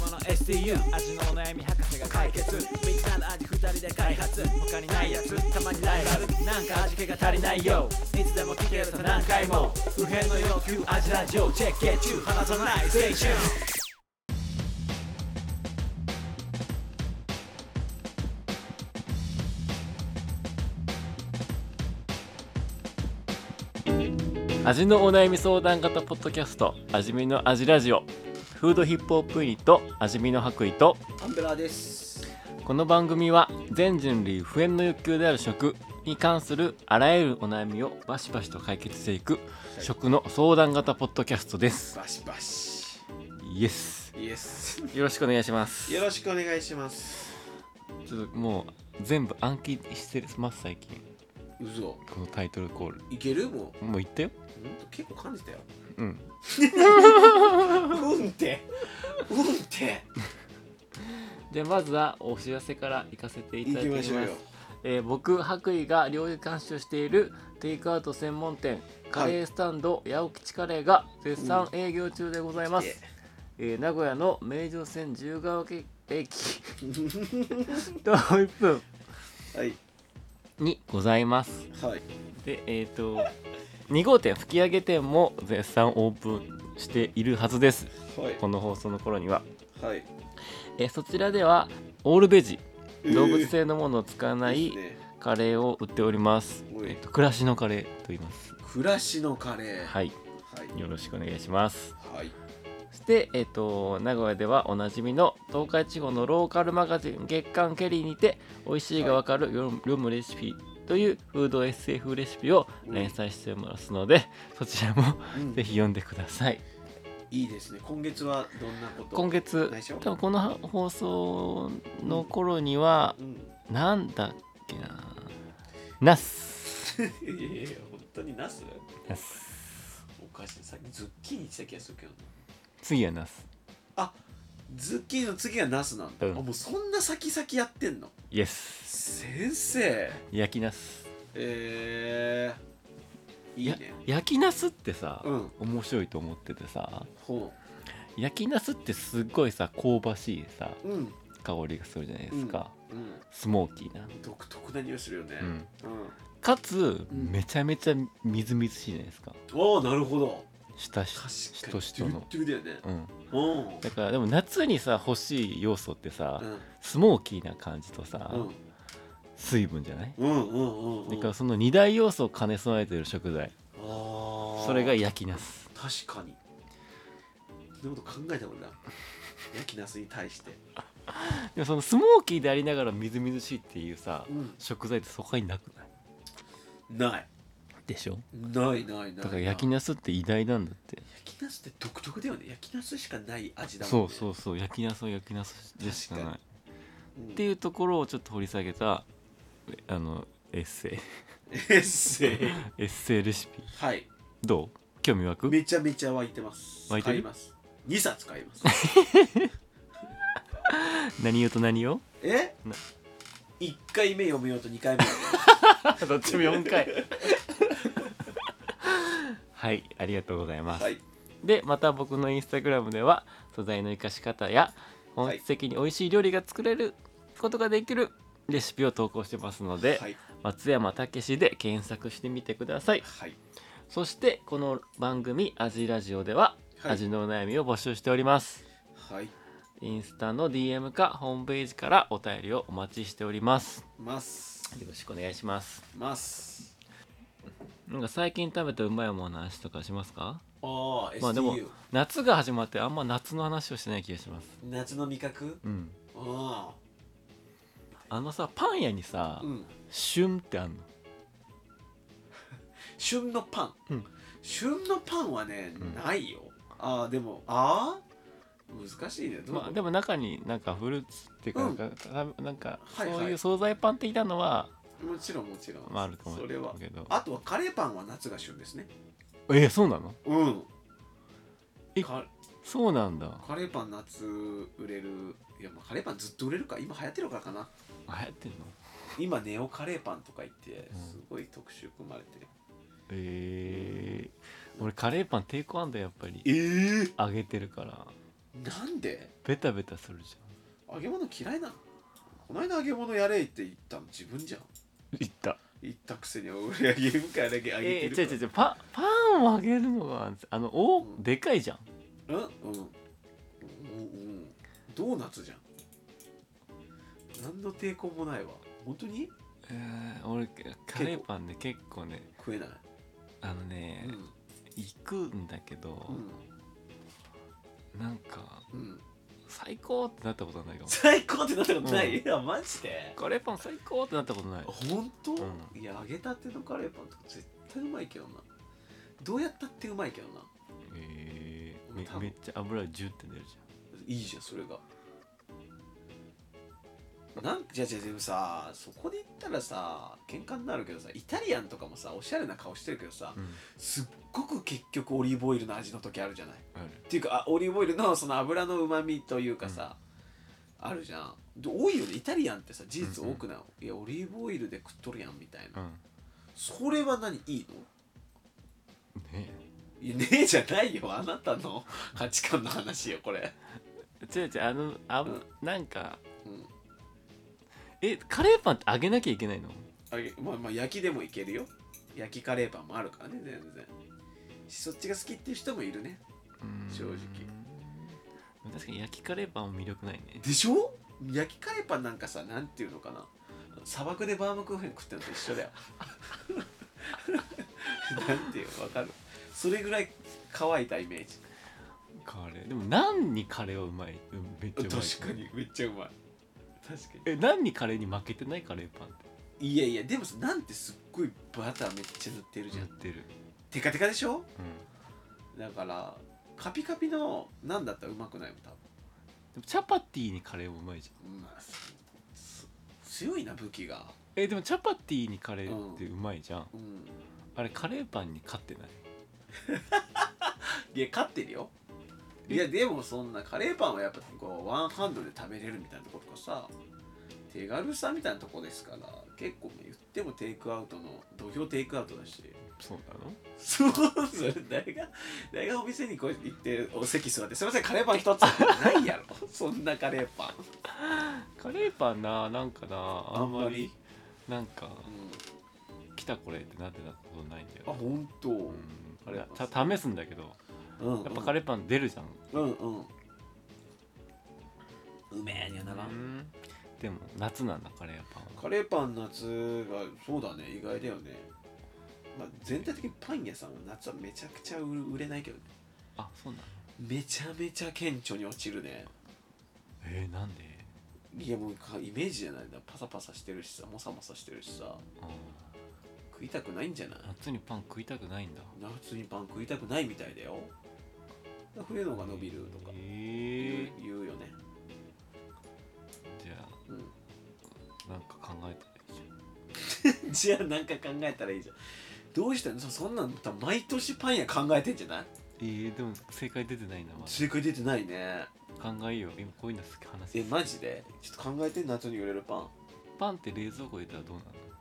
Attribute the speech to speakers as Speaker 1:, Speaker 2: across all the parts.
Speaker 1: もの STU
Speaker 2: 味のお悩み博士が
Speaker 1: 解
Speaker 2: 解決
Speaker 1: 決みんなの味二人で開発他にないやつたまにライバルなんか味気が足りないよいつでも聞けると何回も不変の要求味ラジオチェックゲッチュー離さないステーション
Speaker 3: 味のお悩み相談型ポッドキャスト味見の味ラジオフードヒップホップユニット味見の白衣と
Speaker 4: アンベラです
Speaker 3: この番組は全人類不縁の欲求である食に関するあらゆるお悩みをバシバシと解決していく食の相談型ポッドキャストです
Speaker 4: バシバシ
Speaker 3: イエス
Speaker 4: イエス
Speaker 3: よろしくお願いします
Speaker 4: よろしくお願いします
Speaker 3: ちょっともう全部暗記してます最近
Speaker 4: 嘘
Speaker 3: このタイトルコール
Speaker 4: いけるも
Speaker 3: もう言ったよ
Speaker 4: うほんと結構感じたよ
Speaker 3: うん
Speaker 4: うんってうんって
Speaker 3: じゃあまずはお知らせから行かせていた
Speaker 4: 行
Speaker 3: だ
Speaker 4: き
Speaker 3: きま
Speaker 4: ますしょうよ
Speaker 3: えー僕白衣が料理監修しているテイクアウト専門店カレースタンド、八百吉カレーが絶賛営業中でございます、えー名古屋の名城線十ヶ丘 駅徒歩1分
Speaker 4: はい
Speaker 3: にございます
Speaker 4: はい
Speaker 3: でえっ、と2号店吹上げ店も絶賛オープンしているはずです
Speaker 4: はい
Speaker 3: この放送の頃には、
Speaker 4: はい
Speaker 3: えーそちらではオールベジ動物性のものを使わな
Speaker 4: ない
Speaker 3: いカレーを売っております、
Speaker 4: おい
Speaker 3: えっと暮らしのカレーと言います
Speaker 4: 暮らしのカレーい
Speaker 3: はい
Speaker 4: はい
Speaker 3: よろしくお願いします
Speaker 4: はい
Speaker 3: そして、えっと名古屋ではおなじみの東海地方のローカルマガジン月刊ケリーにて美味しいがわかる読む読むレシピというフード SF レシピを連載してますので、そちらも
Speaker 4: うん
Speaker 3: ぜひ読んでください
Speaker 4: いいですね今月はどんなこと
Speaker 3: 今月
Speaker 4: 内緒
Speaker 3: 多分この放送の頃には
Speaker 4: うん
Speaker 3: なんだっけなナス
Speaker 4: いやいやいや本当にナス
Speaker 3: ナス
Speaker 4: おかしいさっきズッキーニした気がするけどな
Speaker 3: 次はナス
Speaker 4: ズッキーニの次がナスなんだ、
Speaker 3: うん
Speaker 4: あもうそんな先々やってんの
Speaker 3: イエス
Speaker 4: 先生
Speaker 3: 焼きナス
Speaker 4: えー、いい
Speaker 3: や
Speaker 4: ね
Speaker 3: 焼きナスってさ、
Speaker 4: うん
Speaker 3: 面白いと思っててさ
Speaker 4: ほ
Speaker 3: 焼きナスってすっごいさ香ばしいさ
Speaker 4: ううん
Speaker 3: 香りがするじゃないですか、
Speaker 4: うん
Speaker 3: スモーキーな、
Speaker 4: 独特な匂いするよね
Speaker 3: うん、
Speaker 4: うん
Speaker 3: かつ、
Speaker 4: ん
Speaker 3: めちゃめちゃみずみずしいじゃないですか
Speaker 4: ああなるほど
Speaker 3: 下しし
Speaker 4: 確か
Speaker 3: と
Speaker 4: に
Speaker 3: しとの、
Speaker 4: ドゥルドゥルだよね
Speaker 3: うん、
Speaker 4: うんうん
Speaker 3: だからでも夏にさ欲しい要素ってさ、スモーキーな感じとさ、
Speaker 4: うん
Speaker 3: 水分じゃない、
Speaker 4: うんうんうんう
Speaker 3: だから
Speaker 4: ん
Speaker 3: その2大要素を兼ね備えてる食材
Speaker 4: ああ
Speaker 3: それが焼きナス
Speaker 4: 確かにそんなこと考えたもんな焼きナスに対して
Speaker 3: でもそのスモーキーでありながらみずみずしいっていうさ、
Speaker 4: うん
Speaker 3: 食材ってそこになくない
Speaker 4: ない
Speaker 3: でしょ
Speaker 4: ないないない
Speaker 3: だから焼き
Speaker 4: な
Speaker 3: ナスって偉大なんだって
Speaker 4: 焼きナスって独特だよね焼きナスしかない味だも
Speaker 3: そ
Speaker 4: ん
Speaker 3: う
Speaker 4: ね
Speaker 3: そうそう焼きナスは焼きナスでしかない
Speaker 4: 確
Speaker 3: っ
Speaker 4: うん、
Speaker 3: ていうところをちょっと掘り下げたえあのエッセ
Speaker 4: エッセイ
Speaker 3: イ エッセイレシピ
Speaker 4: はい
Speaker 3: どう興味湧く
Speaker 4: めちゃめちゃ湧いてます
Speaker 3: 湧いてる
Speaker 4: 買います2冊買い ます
Speaker 3: 何をと何を
Speaker 4: え
Speaker 3: な
Speaker 4: 一1回目読むようと2回目読むよ
Speaker 3: どっちも4回 はいありがとうございます、
Speaker 4: はい
Speaker 3: でまた僕のインスタグラムでは素材の生かし方や本質的に美味しい料理が作れることができるレシピを投稿してますの で、
Speaker 4: はい
Speaker 3: 松山たけしで検索してみてください
Speaker 4: はい
Speaker 3: そしてこの番組「味ラジオ」では、
Speaker 4: はい
Speaker 3: 味のお悩みを募集しております
Speaker 4: はい
Speaker 3: インスタの DM かホームページからお便りをお待ちしております
Speaker 4: ます
Speaker 3: よろしくお願いします
Speaker 4: ます
Speaker 3: なんか最近食べたうまいものの話とかしますか
Speaker 4: ああ STU、
Speaker 3: まあでも夏が始まってあんま夏の話をしてない気がします
Speaker 4: 夏の味覚
Speaker 3: うん
Speaker 4: あ
Speaker 3: あのさパン屋にさ
Speaker 4: あうん
Speaker 3: 「旬」ってあんの
Speaker 4: 旬のパン、
Speaker 3: うん
Speaker 4: 旬のパンはね、
Speaker 3: ん
Speaker 4: ないよああでもああ難しいねどう、
Speaker 3: まあでも中になんかフルーツっていうか
Speaker 4: う
Speaker 3: なんんか,た、なんか
Speaker 4: は
Speaker 3: そ
Speaker 4: いうはい
Speaker 3: いう惣菜パン的なのは、
Speaker 4: もちろんもちろん、
Speaker 3: まあ、あるかもし
Speaker 4: そ
Speaker 3: れ
Speaker 4: れ
Speaker 3: な
Speaker 4: はい
Speaker 3: けど
Speaker 4: あとはカレーパンは夏が旬ですね
Speaker 3: えそうなの
Speaker 4: うん
Speaker 3: え
Speaker 4: か
Speaker 3: そうなんだ
Speaker 4: カレーパン夏売れるいやまあカレーパンずっと売れるか今流行ってるからかな
Speaker 3: 流行ってんの
Speaker 4: 今ネオカレーパンとか言って
Speaker 3: うん
Speaker 4: すごい特集組まれて
Speaker 3: えー、俺カレーパン抵抗あんだよやっぱり
Speaker 4: えー、
Speaker 3: 揚げてるから
Speaker 4: なんで
Speaker 3: ベタベタするじ
Speaker 4: 揚げ物嫌いなのこの間揚げ物やれって言ったの自分じゃん
Speaker 3: ゃんいった
Speaker 4: 言ったくせに俺揚げるからだけ揚
Speaker 3: え
Speaker 4: げて
Speaker 3: ー、
Speaker 4: る
Speaker 3: 違う違う違うパパンを揚げるのがあのお
Speaker 4: うん
Speaker 3: でかいじゃん
Speaker 4: うんうんうんうんドーナツじゃん何の抵抗もないわ本当に
Speaker 3: えー、俺カレーパンね結構ね
Speaker 4: 食えない、
Speaker 3: あのね、
Speaker 4: うん
Speaker 3: 行くんだけど、なんか
Speaker 4: うんうん
Speaker 3: 最高ってなったことはないかも
Speaker 4: 最高ってなったことない、い
Speaker 3: うん
Speaker 4: やマジで
Speaker 3: カレーパン最高ってなったことない
Speaker 4: 本当、
Speaker 3: う
Speaker 4: いや揚げたてのカレーパンとか絶対うまいけどなどうやったってうまいけどな
Speaker 3: えー、
Speaker 4: 多分
Speaker 3: めめっちゃ油ジュって出るじ
Speaker 4: いいじゃんそれがなんじゃあじゃあでもさそこで言ったらさ喧嘩になるけどさイタリアンとかもさおしゃれな顔してるけどさ
Speaker 3: ゃん、うん、
Speaker 4: すっごく結局オリーブオイルの味の時あるじゃない
Speaker 3: ある
Speaker 4: っていうかあオリーブオイルのその油のうまみというかさ、あるじゃんで多いよねイタリアンってさ事実多くない、いやオリーブオイルで食っとるやんみたいな、
Speaker 3: う
Speaker 4: それは何いいの
Speaker 3: んね
Speaker 4: いやねえじゃないよあなたの価値観の話よこれ、
Speaker 3: え違う違うあのあ、
Speaker 4: うん
Speaker 3: なんか
Speaker 4: うん
Speaker 3: えカレーパンって揚げなきゃいけないの
Speaker 4: あげまあまあ焼きでもいけるよ焼きカレーパンもあるからね全然しそっちが好きっていう人もいるね正直
Speaker 3: 直確かに焼きカレーパンも魅力ないね
Speaker 4: でしょ焼きカレーパンなんかさなんていうのかな砂漠でバームクーヘン食ってるのと一緒だよなんていうわかるそれぐらい乾いたイメージ
Speaker 3: カレーでも何にカレーはうまいうんめっちゃうまい
Speaker 4: 確かにめっちゃうまい確か
Speaker 3: え何にカレーに負けてないカレーパンっ
Speaker 4: にいやいやでもさなんてすっごいバターめっちゃ塗ってる
Speaker 3: て
Speaker 4: じゃ
Speaker 3: や
Speaker 4: ん、
Speaker 3: ってる
Speaker 4: テカテカでしょ
Speaker 3: うん
Speaker 4: だからカピカピのなんだったらうまくないもん多
Speaker 3: でもチャパティにカレーもうまいじゃん
Speaker 4: 分、まあすす強いな武器が
Speaker 3: えでもチャパティにカレーってうまいじゃん、
Speaker 4: うん
Speaker 3: あれカレーパンに勝ってない
Speaker 4: いや勝ってるよいやでもそんなカレーパンはやっぱこうワンハンドで食べれるみたいなとことかさ手軽さみたいなとこですから結構ね言ってもテイクアウトの土俵テイクアウトだし
Speaker 3: そうなの
Speaker 4: そうそれ誰が 誰がお店にこう行ってお席座ってすいませんカレーパン一つないやろ そんなカレーパン
Speaker 3: カレーパンななんかなあんまり、なんか
Speaker 4: う
Speaker 3: 来たこれってなってたことないんだよ
Speaker 4: ん、あ
Speaker 3: ね
Speaker 4: 本当、
Speaker 3: うん、いやた試すんだけど
Speaker 4: うんうん、
Speaker 3: やっぱカ
Speaker 4: レー
Speaker 3: レーパン出るじゃん、
Speaker 4: うんうんうめえにゃならん、
Speaker 3: うんでも夏なんだカレーパンは
Speaker 4: カレーパン夏がそうだね意外だよね、まあ、全体的にパン屋さんは夏はめちゃくちゃ売売れないけどね
Speaker 3: あそうなんだ
Speaker 4: めちゃめちゃ顕著に落ちるね
Speaker 3: えー、なんで
Speaker 4: いやもうかイメージじゃないなパサパサしてるしさモサモサしてるしさ
Speaker 3: あー
Speaker 4: 食いたくないんじゃない
Speaker 3: 夏にパン食いたくないんだ
Speaker 4: 夏にパン食いたくないみたいだよ冬の方が伸びるとか
Speaker 3: え
Speaker 4: 言う
Speaker 3: ー、
Speaker 4: 言うよね、
Speaker 3: じゃ
Speaker 4: う
Speaker 3: あなんか考えたらいいじゃん
Speaker 4: ん、じゃあなんか考えたらいいじゃんどうしたのそそんなの多分毎年パン屋考えてんじゃない
Speaker 3: えー、でも正解出てないなま
Speaker 4: 正解出てないね
Speaker 3: だ考えよう今こういうの好き話
Speaker 4: えマジでちょっと考えて夏に売れるパン
Speaker 3: パンって冷蔵庫入れたらどうなるの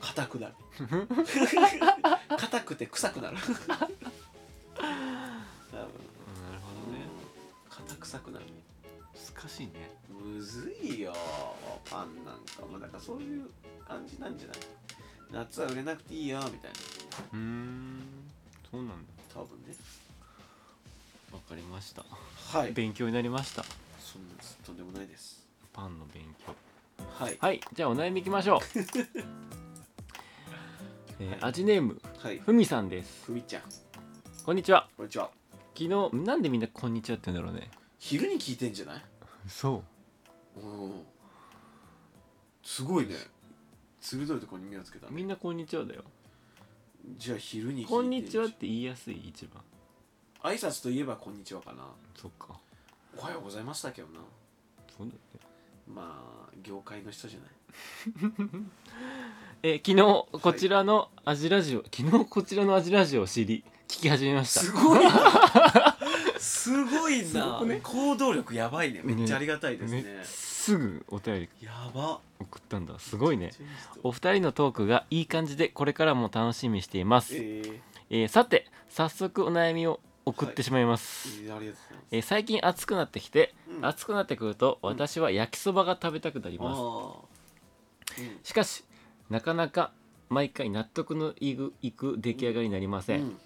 Speaker 4: 硬くな る硬くて臭くなる多分
Speaker 3: うんなるほどね
Speaker 4: 硬臭くなる
Speaker 3: 難しいね
Speaker 4: むずいよパンなんかまあだからそういう感じなんじゃない夏は売れなくていいよみたいな
Speaker 3: うーんそうなんだ
Speaker 4: 多分ね
Speaker 3: わかりました
Speaker 4: は
Speaker 3: 勉強になりました
Speaker 4: そんなとんでもないです
Speaker 3: パンの勉強
Speaker 4: はい
Speaker 3: はいじゃあお悩みいきまし ょうえー、アジネーム
Speaker 4: はい
Speaker 3: ふみさんです
Speaker 4: ふみちゃん
Speaker 3: こんにちは
Speaker 4: こんにちは
Speaker 3: 昨日なんでみんなこんにちはって言うんだろうね
Speaker 4: 昼に聞いてんじゃない
Speaker 3: そう
Speaker 4: うんすごいね鋭いところに目をつけたね
Speaker 3: みんなこんにちはだよ
Speaker 4: じゃあ昼に聞いて
Speaker 3: こんにちはって言いやすい一番
Speaker 4: 挨拶といえばこんにちはかな
Speaker 3: そっか
Speaker 4: おはようございましたけどな
Speaker 3: そうだね
Speaker 4: まあ業界の人じゃない
Speaker 3: えー昨日こちらのアジラジオ、昨日こちらのアジラジオを知り聞き始めました
Speaker 4: ごいなすごい
Speaker 3: すご
Speaker 4: な
Speaker 3: くね
Speaker 4: 行動力やばいねめっちゃありがたいですね
Speaker 3: ねすぐお便り
Speaker 4: やば
Speaker 3: 送ったんだすごいね
Speaker 4: チェイスト
Speaker 3: お二人のトークがいい感じでこれからも楽しみにしています、え
Speaker 4: え
Speaker 3: ーさて早速お悩みを送ってしまいます、
Speaker 4: ーいやありがとうございます
Speaker 3: えー最近暑くなってきて、
Speaker 4: うん
Speaker 3: 暑くなってくると私は焼きそばが食べたくなり
Speaker 4: あ
Speaker 3: ます、
Speaker 4: ーうん
Speaker 3: しかしなかなか毎回納得のいくいく出来上がりになりません、
Speaker 4: うん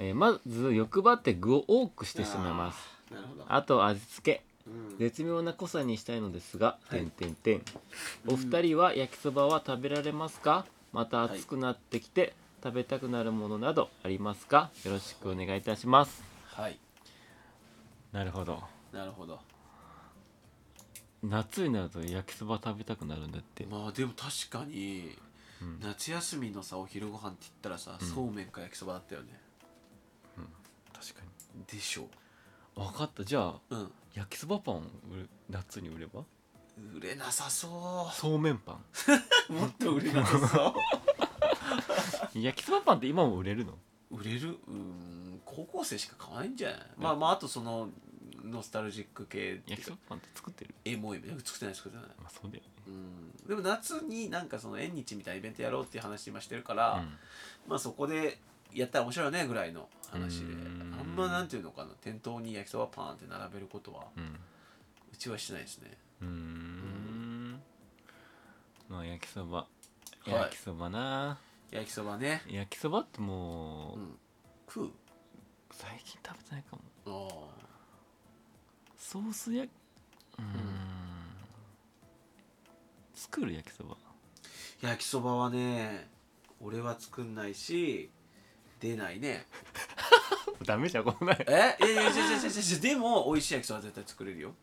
Speaker 3: えーまず欲張って具を多くしてしまいます
Speaker 4: あーなるほど
Speaker 3: あと味付
Speaker 4: うん
Speaker 3: け絶妙な濃さにしたいのですが、
Speaker 4: はい
Speaker 3: 点点点お二人は焼きそばは食べられますかまた
Speaker 4: はい
Speaker 3: 暑くなってきて食べたくなるものなどありますかよろしくお願いいたします
Speaker 4: はい
Speaker 3: なるほど
Speaker 4: なるほど
Speaker 3: 夏になると焼きそば食べたくなるんだって
Speaker 4: まあでも確かに
Speaker 3: うん
Speaker 4: 夏休みのさお昼ご飯って言ったらさ
Speaker 3: ん
Speaker 4: そうめんか焼きそばだったよね
Speaker 3: 確か
Speaker 4: でしょ
Speaker 3: に分かったじゃあ
Speaker 4: ううん
Speaker 3: 焼きそばパン売る夏に売れば
Speaker 4: 売れなさそ
Speaker 3: そうめんパン
Speaker 4: うもっと売れなさそ
Speaker 3: 焼きそばパンって今も売れるの
Speaker 4: う売れるうーん高校生しか買わないんじゃないまあまああとそのノスタルジック系っていう
Speaker 3: 焼きそ
Speaker 4: か
Speaker 3: ばパンって作ってる
Speaker 4: エモい作ってない作ってない
Speaker 3: まあそうだよね
Speaker 4: うんでも夏になんかその縁日みたいなイベントやろうっていう話今してるから、まあそこでやったら面白いよねぐらいの話で
Speaker 3: うーん
Speaker 4: あんまなんていうのかな店頭に焼きそばパーンって並べることは
Speaker 3: うんうん
Speaker 4: うちはしてないですね
Speaker 3: うーんまあ焼きそば
Speaker 4: い
Speaker 3: 焼きそばな、
Speaker 4: 焼きそばね
Speaker 3: 焼きそばってもう、
Speaker 4: うん食う
Speaker 3: 最近食べてないかも
Speaker 4: あ
Speaker 3: ソース焼きうーん、作る焼きそば
Speaker 4: ー焼きそばはね俺は作んないし出ないね
Speaker 3: ダメじゃんこんない
Speaker 4: えいやいや違う違う違う違うでも美味しい焼きそばは絶対作れるよ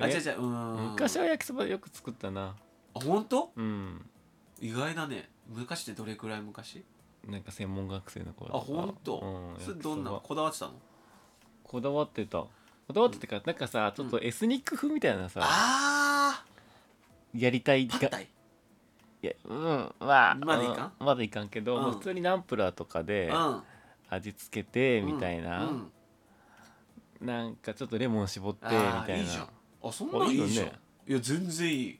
Speaker 4: あ違う違ううーん
Speaker 3: 昔は焼きそばよく作ったな
Speaker 4: あ本当
Speaker 3: うん
Speaker 4: 意外だね昔ってどれくらい昔
Speaker 3: なんか専門学生の頃
Speaker 4: あ本当、
Speaker 3: うん、
Speaker 4: それどんな
Speaker 3: 焼き
Speaker 4: こ
Speaker 3: そば
Speaker 4: だわってたの
Speaker 3: こだわってたこだわってたから、なんかさちょっとエスニック風みたいなさ、
Speaker 4: あ
Speaker 3: やりた
Speaker 4: ー
Speaker 3: い
Speaker 4: パッタ
Speaker 3: い
Speaker 4: イ
Speaker 3: やうんまあ
Speaker 4: まだいかん
Speaker 3: うまだいかんけど、
Speaker 4: うん
Speaker 3: もう普通にナンプラーとかで
Speaker 4: うん
Speaker 3: 味付けてみたいな、
Speaker 4: うん
Speaker 3: なんかちょっとレモン絞ってみ
Speaker 4: あー
Speaker 3: たいない
Speaker 4: じゃんあそんなのいいじゃん
Speaker 3: あいいよね
Speaker 4: いや全然いい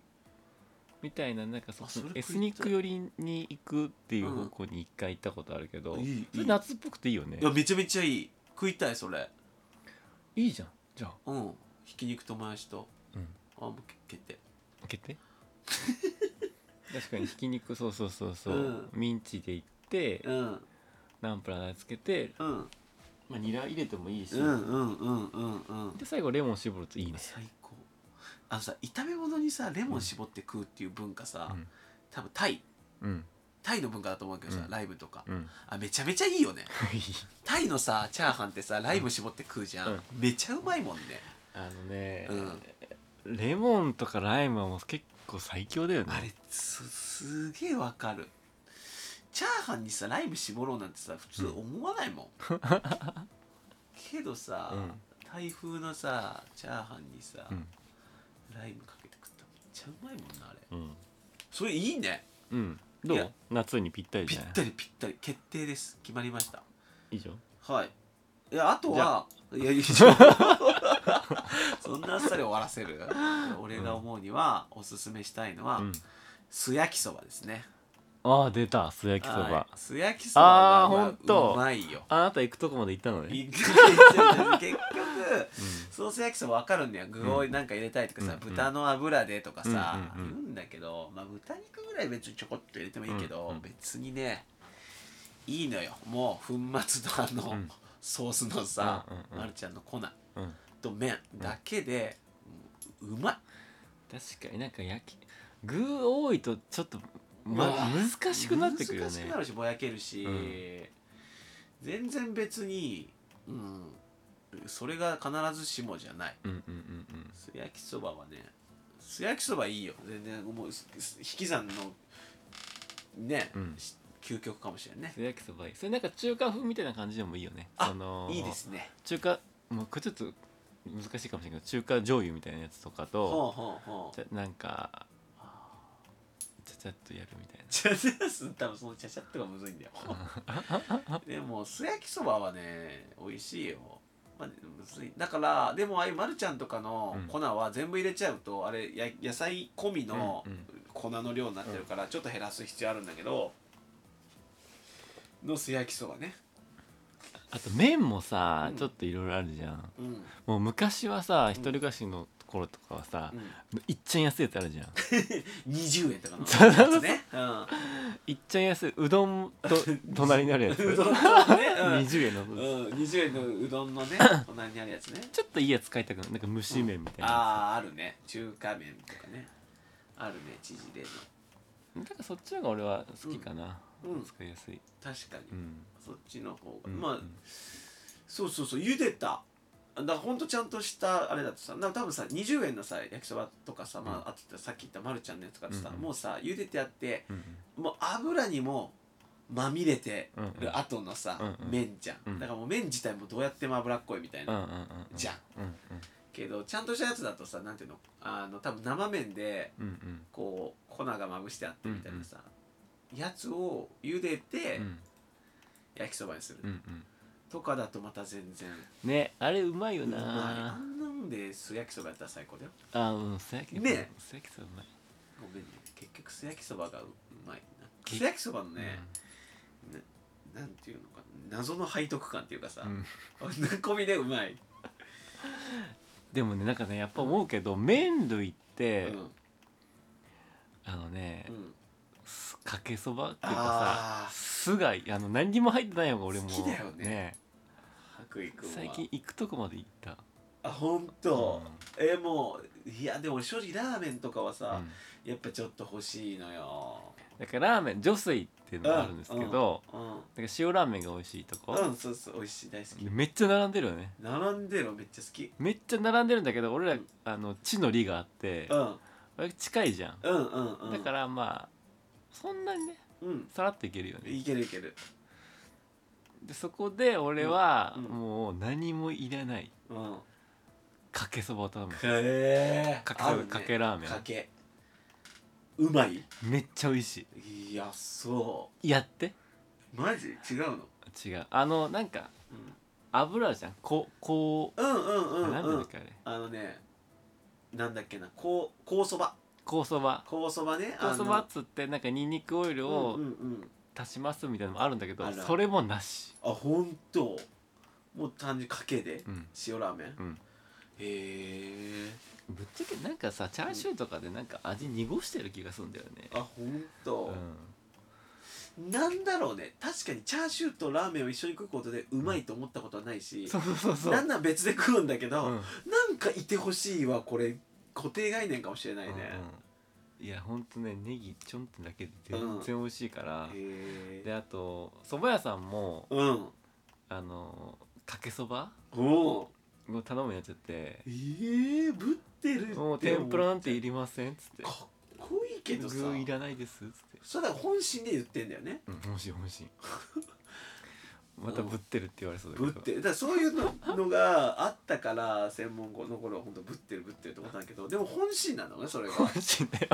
Speaker 3: みたいななんかそ
Speaker 4: あそれ食いたい
Speaker 3: エスニック寄りに行くっていう方向に一回行ったことあるけど、
Speaker 4: いいいい
Speaker 3: それ夏っぽくていいよね
Speaker 4: いやめちゃめちゃいい食いたいそれ
Speaker 3: いいじゃんじゃあ
Speaker 4: うんひき肉ともやしと
Speaker 3: うん
Speaker 4: あもう決定
Speaker 3: 開 けて確かにひき肉そうそうそうそう、
Speaker 4: うん
Speaker 3: ミンチでいって、
Speaker 4: うん
Speaker 3: ナンプラーでつけて、
Speaker 4: うん
Speaker 3: まあ、ニラ入れてもいいし、
Speaker 4: うんうんうんうんうん
Speaker 3: で最後レモン絞るといいね
Speaker 4: 最高あのさ炒め物にさレモン絞って食うっていう文化さ、
Speaker 3: うん
Speaker 4: 多分タイ
Speaker 3: うん
Speaker 4: タイの文化だと思うけどさ、
Speaker 3: うん
Speaker 4: ライブとか、
Speaker 3: うん
Speaker 4: あめちゃめちゃいいよね
Speaker 3: いい
Speaker 4: タイのさチャーハンってさライム絞って食うじゃん、
Speaker 3: うん
Speaker 4: めちゃうまいもんね
Speaker 3: あのね、
Speaker 4: うん
Speaker 3: レモンとかライムはもう結構最強だよね
Speaker 4: あれすすげえわかるチャーハンにさライム絞ろうなんてさ普通思わないもん、けどさ、
Speaker 3: うん
Speaker 4: 台風のさチャーハンにさ、
Speaker 3: うん
Speaker 4: ライムかけて食ったらめっちゃうまいもんなあれ
Speaker 3: うん、
Speaker 4: それいいね
Speaker 3: うん、ど
Speaker 4: いうや
Speaker 3: 夏にぴったり
Speaker 4: ぴ
Speaker 3: じ
Speaker 4: っ
Speaker 3: ゃない
Speaker 4: たりぴったり決定です決まりました
Speaker 3: 以上
Speaker 4: はいいやあと
Speaker 3: じゃ
Speaker 4: はいや以上そんなあっさり終わらせる俺が思うには、おすすめしたいのは、
Speaker 3: うん、
Speaker 4: 素焼きそばですね
Speaker 3: ああ出た素焼きそば、
Speaker 4: はい素焼きそばが
Speaker 3: あー
Speaker 4: まあ
Speaker 3: ほんと
Speaker 4: うまいよ
Speaker 3: あなた行くとこまで行ったのね
Speaker 4: びっくりし結局、 ソース焼きそば分かるんだよ具をなんか入れたいとかさ、
Speaker 3: うん
Speaker 4: 豚の油でとかさ、
Speaker 3: うんうんうん
Speaker 4: 言うんだけど、まあ、豚肉ぐらい別にちょこっと入れてもいいけど、
Speaker 3: うんうん
Speaker 4: 別にねいいのよもう粉末とあの、
Speaker 3: うん
Speaker 4: ソースのさ、
Speaker 3: うんうんうん
Speaker 4: まるちゃんの粉
Speaker 3: うん
Speaker 4: と麺だけで、ううまい
Speaker 3: 確かになんか焼き具多いとちょっと、ま
Speaker 4: うわ
Speaker 3: 難しくなってくるよね
Speaker 4: 難しくなるしぼやけるし、
Speaker 3: うん
Speaker 4: 全然別に、うん、それが必ずしもじゃない
Speaker 3: うんうんうんうん
Speaker 4: 素焼きそばはね素焼きそばいいよ全然もうすす引き算のね、
Speaker 3: うん
Speaker 4: し究極かもしれんね
Speaker 3: 素焼きそばいいそれなんか中華風みたいな感じでもいいよね
Speaker 4: あ
Speaker 3: その
Speaker 4: いいですね
Speaker 3: 中華もうこれちょっと難しいかもしれないけど中華醤油みたいなやつとかと
Speaker 4: ほうほうほう
Speaker 3: ちゃなんかちゃちゃっとやるみたいな
Speaker 4: ちゃちゃす多分そのちゃ ちゃっとがむずいんだよでも素焼きそばはね美味しいよまあ、でもむずいだからでもああいうマルちゃんとかの
Speaker 3: うん
Speaker 4: 粉は全部入れちゃうと、あれや野菜込みの
Speaker 3: うんうん
Speaker 4: 粉の量になってるからちょっと減らす必要あるんだけど、の素焼きそばね
Speaker 3: あと麺もさ、
Speaker 4: うん
Speaker 3: ちょっといろいろあるじゃん
Speaker 4: うん、うん、
Speaker 3: もう昔はさ一人暮らしの頃とかはさ、いっちゃん安いやつあるじゃん
Speaker 4: 20円とかの
Speaker 3: そうそうそう
Speaker 4: やつね、 うん
Speaker 3: いっちゃん安いうどんと隣になるやつ
Speaker 4: うどんのね、うん
Speaker 3: 20円の、
Speaker 4: うん、20円のうどんの ね隣にあるやつね
Speaker 3: ちょっといいやつ買いたくなるなんか蒸し麺みたいな
Speaker 4: あああるね中華麺とかねあるね縮れの
Speaker 3: やつ、なんかそっちの方が俺は好きかな、
Speaker 4: うん
Speaker 3: 使いやすい、
Speaker 4: 確かに、
Speaker 3: うん
Speaker 4: そっちの方
Speaker 3: う
Speaker 4: が、
Speaker 3: ん、
Speaker 4: まあそうそうそう茹でただからほんとちゃんとしたあれだとさだから多分さ20円のさ焼きそばとかさ、まあ、あとさっき言ったまるちゃんのやつからさ、
Speaker 3: うんうん
Speaker 4: もうさ茹でてあって
Speaker 3: うん
Speaker 4: もう油にもまみれてる後のさ、
Speaker 3: うんうん
Speaker 4: 麺じゃん、
Speaker 3: うん
Speaker 4: だからもう麺自体もどうやっても脂っこいみたい
Speaker 3: うんう
Speaker 4: な、
Speaker 3: んうんうん
Speaker 4: じゃん
Speaker 3: うん
Speaker 4: けどちゃんとしたやつだとさなんていうのあの多分生麺で
Speaker 3: うんうん
Speaker 4: こう粉がまぶしてあってみたいなさ、やつを茹でて
Speaker 3: うん
Speaker 4: 焼きそばにする、
Speaker 3: うんうん
Speaker 4: とかだとまた全然
Speaker 3: ねあれうまいよ
Speaker 4: うまいあ
Speaker 3: なん
Speaker 4: なんで素焼きそばやったら最高だよ
Speaker 3: あうん素焼き
Speaker 4: ね
Speaker 3: 素焼きそばうまい
Speaker 4: ごめんね結局素焼きそばがううまいな
Speaker 3: け
Speaker 4: 素焼きそばのね、ななんていうのかな謎の背徳感 っていうかさ、
Speaker 3: うん
Speaker 4: 込みでうまい、
Speaker 3: でもねなんかねやっぱ思うけど麺類っ
Speaker 4: うん
Speaker 3: て、
Speaker 4: うん、
Speaker 3: あのね、すかけそばってい
Speaker 4: あ
Speaker 3: うかさ
Speaker 4: あ
Speaker 3: 酢があの何にも入ってないのが俺も
Speaker 4: 好きだよね白衣君は
Speaker 3: 最近行くとこまで行った
Speaker 4: あ本当、えもういやでも正直ラーメンとかは
Speaker 3: う
Speaker 4: さ、
Speaker 3: ん
Speaker 4: やっぱちょっと欲しいのよ
Speaker 3: だからラーメン除水っていうのがあるんですけど、
Speaker 4: うん
Speaker 3: なんか塩ラーメンが美味しいとこ、
Speaker 4: うんそうそう美味しい大好き
Speaker 3: でめっちゃ並んでるよね
Speaker 4: 並んでるのめっちゃ好き
Speaker 3: めっちゃ並んでるんだけど俺らあの地の利があって
Speaker 4: うん
Speaker 3: 割と近いじゃん、
Speaker 4: うんうんうん
Speaker 3: だかららまあそんなにね
Speaker 4: うん
Speaker 3: さらっといけるよね
Speaker 4: いけるいける
Speaker 3: でそこで俺は
Speaker 4: うんうん
Speaker 3: もう何もいらない
Speaker 4: うん
Speaker 3: かけそばを頼む
Speaker 4: へえ
Speaker 3: かけそば、かけラーメ
Speaker 4: かけうまい
Speaker 3: ンめっちゃ美味し
Speaker 4: いやそ
Speaker 3: いやって
Speaker 4: うマジ違うの、
Speaker 3: 違うあのなんか油あるじゃんここ
Speaker 4: うん、うんうん
Speaker 3: う、
Speaker 4: うん
Speaker 3: なんて
Speaker 4: う
Speaker 3: いうん
Speaker 4: ん
Speaker 3: だっけあれ
Speaker 4: あのねなんだっけなこうこうそば
Speaker 3: こそば
Speaker 4: こうそばね
Speaker 3: こそば
Speaker 4: あ
Speaker 3: っつってなんかニンニクオイル
Speaker 4: の
Speaker 3: を
Speaker 4: うんうんうん
Speaker 3: 足しますみたいなのもあるんだけど、
Speaker 4: あるある
Speaker 3: それもなし
Speaker 4: あ本当もう単純にかけで
Speaker 3: うん
Speaker 4: 塩ラーメン、
Speaker 3: うん
Speaker 4: へえ
Speaker 3: ぶっちゃけなんかさチャーシューとかでなんか味濁してる気がするんだよね
Speaker 4: あ本当、
Speaker 3: う
Speaker 4: なんだろうね確かにチャーシューとラーメンを一緒に食うことでうまいと思ったことはないし
Speaker 3: ん、そうそうそうそう
Speaker 4: なんなら別で食うんだけど、
Speaker 3: うん
Speaker 4: なんかいてほしいはこれ固定概念かもしれないね、
Speaker 3: うんいやほんとねネギちょんってだけで全然美味しいから、
Speaker 4: へ
Speaker 3: で
Speaker 4: え
Speaker 3: あと蕎麦屋さんも
Speaker 4: うん
Speaker 3: あのかけそば
Speaker 4: おう
Speaker 3: を頼むようになっちゃって
Speaker 4: えー、ぶってるって
Speaker 3: 「もう天ぷらなんていりません」っつって
Speaker 4: かっこいいけどさ
Speaker 3: 具いらないです」っつって
Speaker 4: それは本心で言ってんだよね
Speaker 3: 「うんもし もし」またぶってるって言われそうだけ
Speaker 4: ぶ
Speaker 3: ど
Speaker 4: ってだからそういうののがあったから専門校の頃は本当ぶってるぶってると思ったんだけどでも本心なのねそれが
Speaker 3: 本心 だよ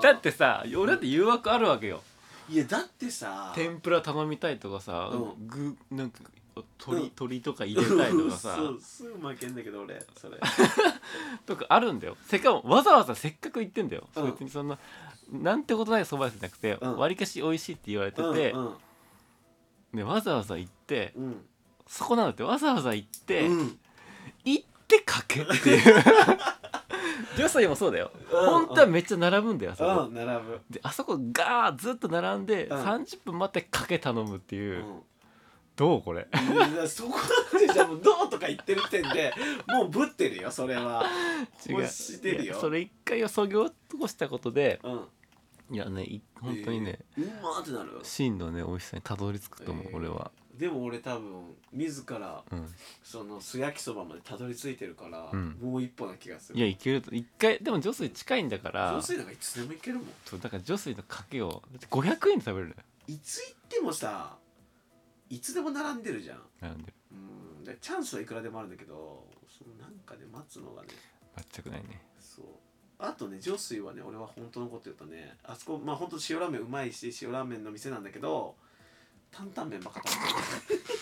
Speaker 3: だってさ俺だって誘惑あるわけよ
Speaker 4: いやだってさ
Speaker 3: 天ぷら頼みたいとかさ、
Speaker 4: うん
Speaker 3: 具なんか
Speaker 4: う
Speaker 3: 鳥
Speaker 4: ん
Speaker 3: 鳥とか入れたいとか さ
Speaker 4: そうすぐ負けんだけど俺それ
Speaker 3: とかあるんだよせっかもわざわざせっかく行ってんだよ、
Speaker 4: うん
Speaker 3: 別にそんななんてことないそば屋じゃなくて
Speaker 4: うん
Speaker 3: わり、かし美味しいって言われてて、
Speaker 4: うん
Speaker 3: でわざわざ行って
Speaker 4: うん
Speaker 3: そこなんだってわざわざ行って、
Speaker 4: うん
Speaker 3: 行ってかけっていう 女性もそうだよ、
Speaker 4: うん
Speaker 3: 本当はめっちゃ並ぶんだよあそこ、
Speaker 4: うん並ぶ
Speaker 3: であそこガーずっと並んで
Speaker 4: うん
Speaker 3: 30分待ってかけ頼むっていうう、
Speaker 4: ん
Speaker 3: どうこれ
Speaker 4: いやそこなんでじゃあもうどうとか言ってる時点でもうぶってるよそれは
Speaker 3: 違う
Speaker 4: 欲してる
Speaker 3: い
Speaker 4: よ
Speaker 3: やそれ一回をそぎ落としたことで
Speaker 4: うん
Speaker 3: いやねい本当にね、
Speaker 4: えーうまーってなる
Speaker 3: 真のね美味しさにたどり着くと思う、
Speaker 4: えー
Speaker 3: 俺は、
Speaker 4: でも俺多分自ら
Speaker 3: うん、
Speaker 4: その素焼きそばまでたどり着いてるから、
Speaker 3: うん
Speaker 4: もう一歩な気がする
Speaker 3: いやいけると一回でも女水近いんだから
Speaker 4: 雑炊なんかいつでもいけるもん
Speaker 3: そうだから女水のかけをだって500円で食べれるのよ
Speaker 4: いつ行ってもさいつでも並んでるじゃん
Speaker 3: 並んでる
Speaker 4: うんでチャンスはいくらでもあるんだけどそのなんかね待つのがね
Speaker 3: 全くないね
Speaker 4: そうあとね上水はね俺は本当のこと言うとねあそこまあ本当塩ラーメンうまいし塩ラーメンの店なんだけど担々麺ばっか食べてる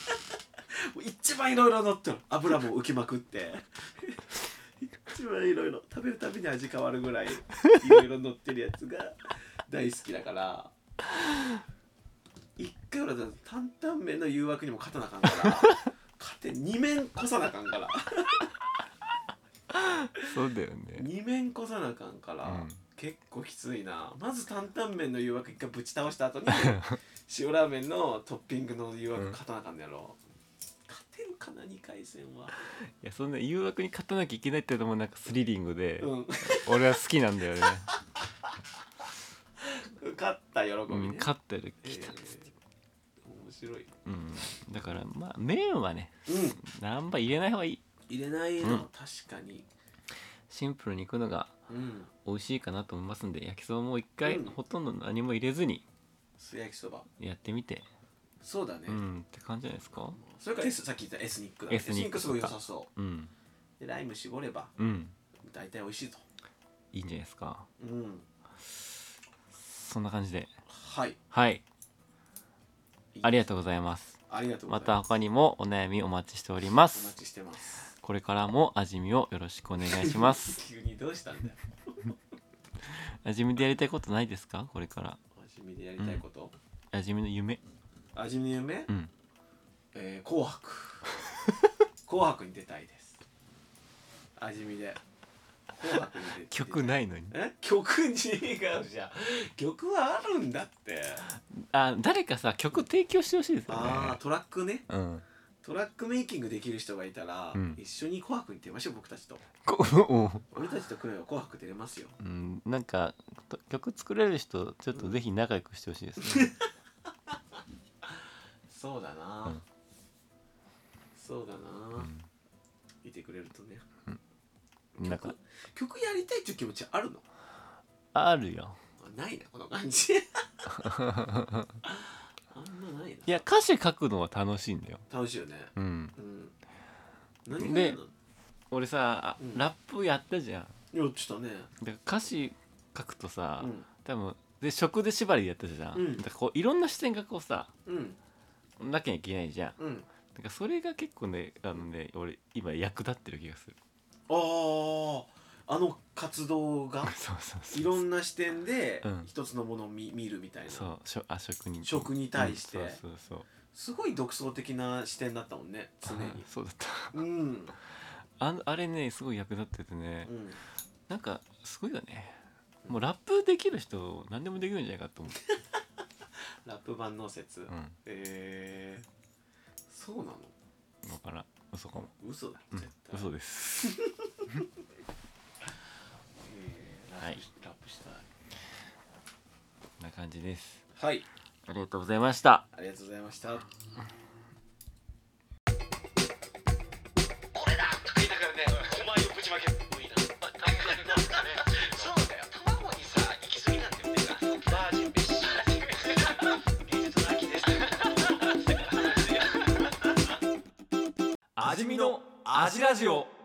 Speaker 4: もう一番いろいろ乗ってる油も浮きまくって一番いろいろ食べるたびに味変わるぐらいいろいろ乗ってるやつが大好きだから一回俺だと担々麺の誘惑にも勝たなあかんから勝て二面こさなあかんから
Speaker 3: そうだよね
Speaker 4: 二面こさなあかんから、
Speaker 3: うん
Speaker 4: 結構きついなまず担々麺の誘惑一回ぶち倒した 後に塩ラーメンのトッピングの誘惑勝たなあかんのやろ、勝てるかな2回戦はい
Speaker 3: やそんな誘惑に勝たなきゃいけないってのもなんかスリリングで、
Speaker 4: うん
Speaker 3: 俺は好きなんだ よね、
Speaker 4: 勝った喜びね、
Speaker 3: うん、
Speaker 4: 面
Speaker 3: 勝ったら
Speaker 4: え
Speaker 3: 来たっつって、
Speaker 4: ー面白い
Speaker 3: うん、だからまあ麺はね
Speaker 4: うん
Speaker 3: 何杯入れない方がいい
Speaker 4: 入れないの、
Speaker 3: うん
Speaker 4: 確かに
Speaker 3: シンプルにいくのが
Speaker 4: うん
Speaker 3: 美味しいかなと思いますんで焼きそばも一回、
Speaker 4: うん
Speaker 3: ほとんど何も入れずに
Speaker 4: 素焼きそば
Speaker 3: やってみて、
Speaker 4: そうだね、
Speaker 3: うんって感じじゃないですか
Speaker 4: それから S さっき言ったエスニックだね
Speaker 3: エスニック
Speaker 4: すごい良さそ
Speaker 3: うん
Speaker 4: うでライム絞れば
Speaker 3: うん
Speaker 4: 大体美味しいと
Speaker 3: いいんじゃないですか
Speaker 4: うん
Speaker 3: そんな感じで
Speaker 4: はい
Speaker 3: はいありがとうございます
Speaker 4: ありがとうござ
Speaker 3: ま
Speaker 4: い
Speaker 3: た
Speaker 4: ます
Speaker 3: 他にもお悩みお待ちしておりま
Speaker 4: お
Speaker 3: す
Speaker 4: 待ちしてます
Speaker 3: これからも味見をよろしくお願いします
Speaker 4: 急にどうしたんだよ
Speaker 3: 味見でやりたいことないですかこれから
Speaker 4: 味見でやりたいこと、
Speaker 3: 味見の夢
Speaker 4: 味見の夢、
Speaker 3: うん
Speaker 4: えー紅 白紅白に出たいです味見で紅白に出て
Speaker 3: 曲ないのに
Speaker 4: え曲違うじゃん曲はあるんだって
Speaker 3: あ誰かさ曲提供してほしいですよ
Speaker 4: ああ
Speaker 3: ね
Speaker 4: トラックね
Speaker 3: うん
Speaker 4: トラックメイキングできる人がいたら、
Speaker 3: うん
Speaker 4: 一緒に「紅白」に出ましょう僕たちと
Speaker 3: こ
Speaker 4: 俺たちと来れば「紅白」出れますよ
Speaker 3: うんなんかと曲作れる人ちょっとぜひ仲良くしてほしいです ね
Speaker 4: そうだな、
Speaker 3: うん
Speaker 4: そうだな、いてくれるとね
Speaker 3: なんか
Speaker 4: 曲やりたいっていう気持ちあるの
Speaker 3: あるよ
Speaker 4: あないなこの感じあんまないない
Speaker 3: や歌詞書くのは楽しいんだよ
Speaker 4: 楽しいよね
Speaker 3: うん
Speaker 4: うん何が
Speaker 3: で
Speaker 4: やる
Speaker 3: 俺さ、あ
Speaker 4: うん
Speaker 3: ラップやったじゃん
Speaker 4: のよっちょっとね
Speaker 3: だから歌詞書くとさ、
Speaker 4: うん
Speaker 3: 多分で食で縛りでやったじゃん、
Speaker 4: うん
Speaker 3: だからこういろんな視点がこうさ
Speaker 4: うん
Speaker 3: なきゃいけないじゃん
Speaker 4: うん
Speaker 3: だからそれが結構ねあのね俺今役立ってる気がする
Speaker 4: あーあの活動 が
Speaker 3: そうそうそう
Speaker 4: いろんな視点で
Speaker 3: うん
Speaker 4: 一つのものを見見るみたいな
Speaker 3: そうしょあ食に
Speaker 4: 食に対して
Speaker 3: うんそうそう
Speaker 4: すごい独創的な視点だったもんね常に
Speaker 3: そ うあ そうだった
Speaker 4: うん
Speaker 3: あのあれねすごい役立っててね、
Speaker 4: うん
Speaker 3: なんかすごいよねもうラップできる人何でもできるんじゃないかと思って、
Speaker 4: ラップ版の説、
Speaker 3: うん、
Speaker 4: えー、そうなの
Speaker 3: 分からん嘘かも、
Speaker 4: 嘘だ
Speaker 3: うん
Speaker 4: 絶、対、
Speaker 3: 嘘です
Speaker 4: えーラップしラップしたい
Speaker 3: こんな感じです
Speaker 4: はい
Speaker 3: ありがとうございました
Speaker 4: ありがとうございました
Speaker 3: 味見の味ラジオ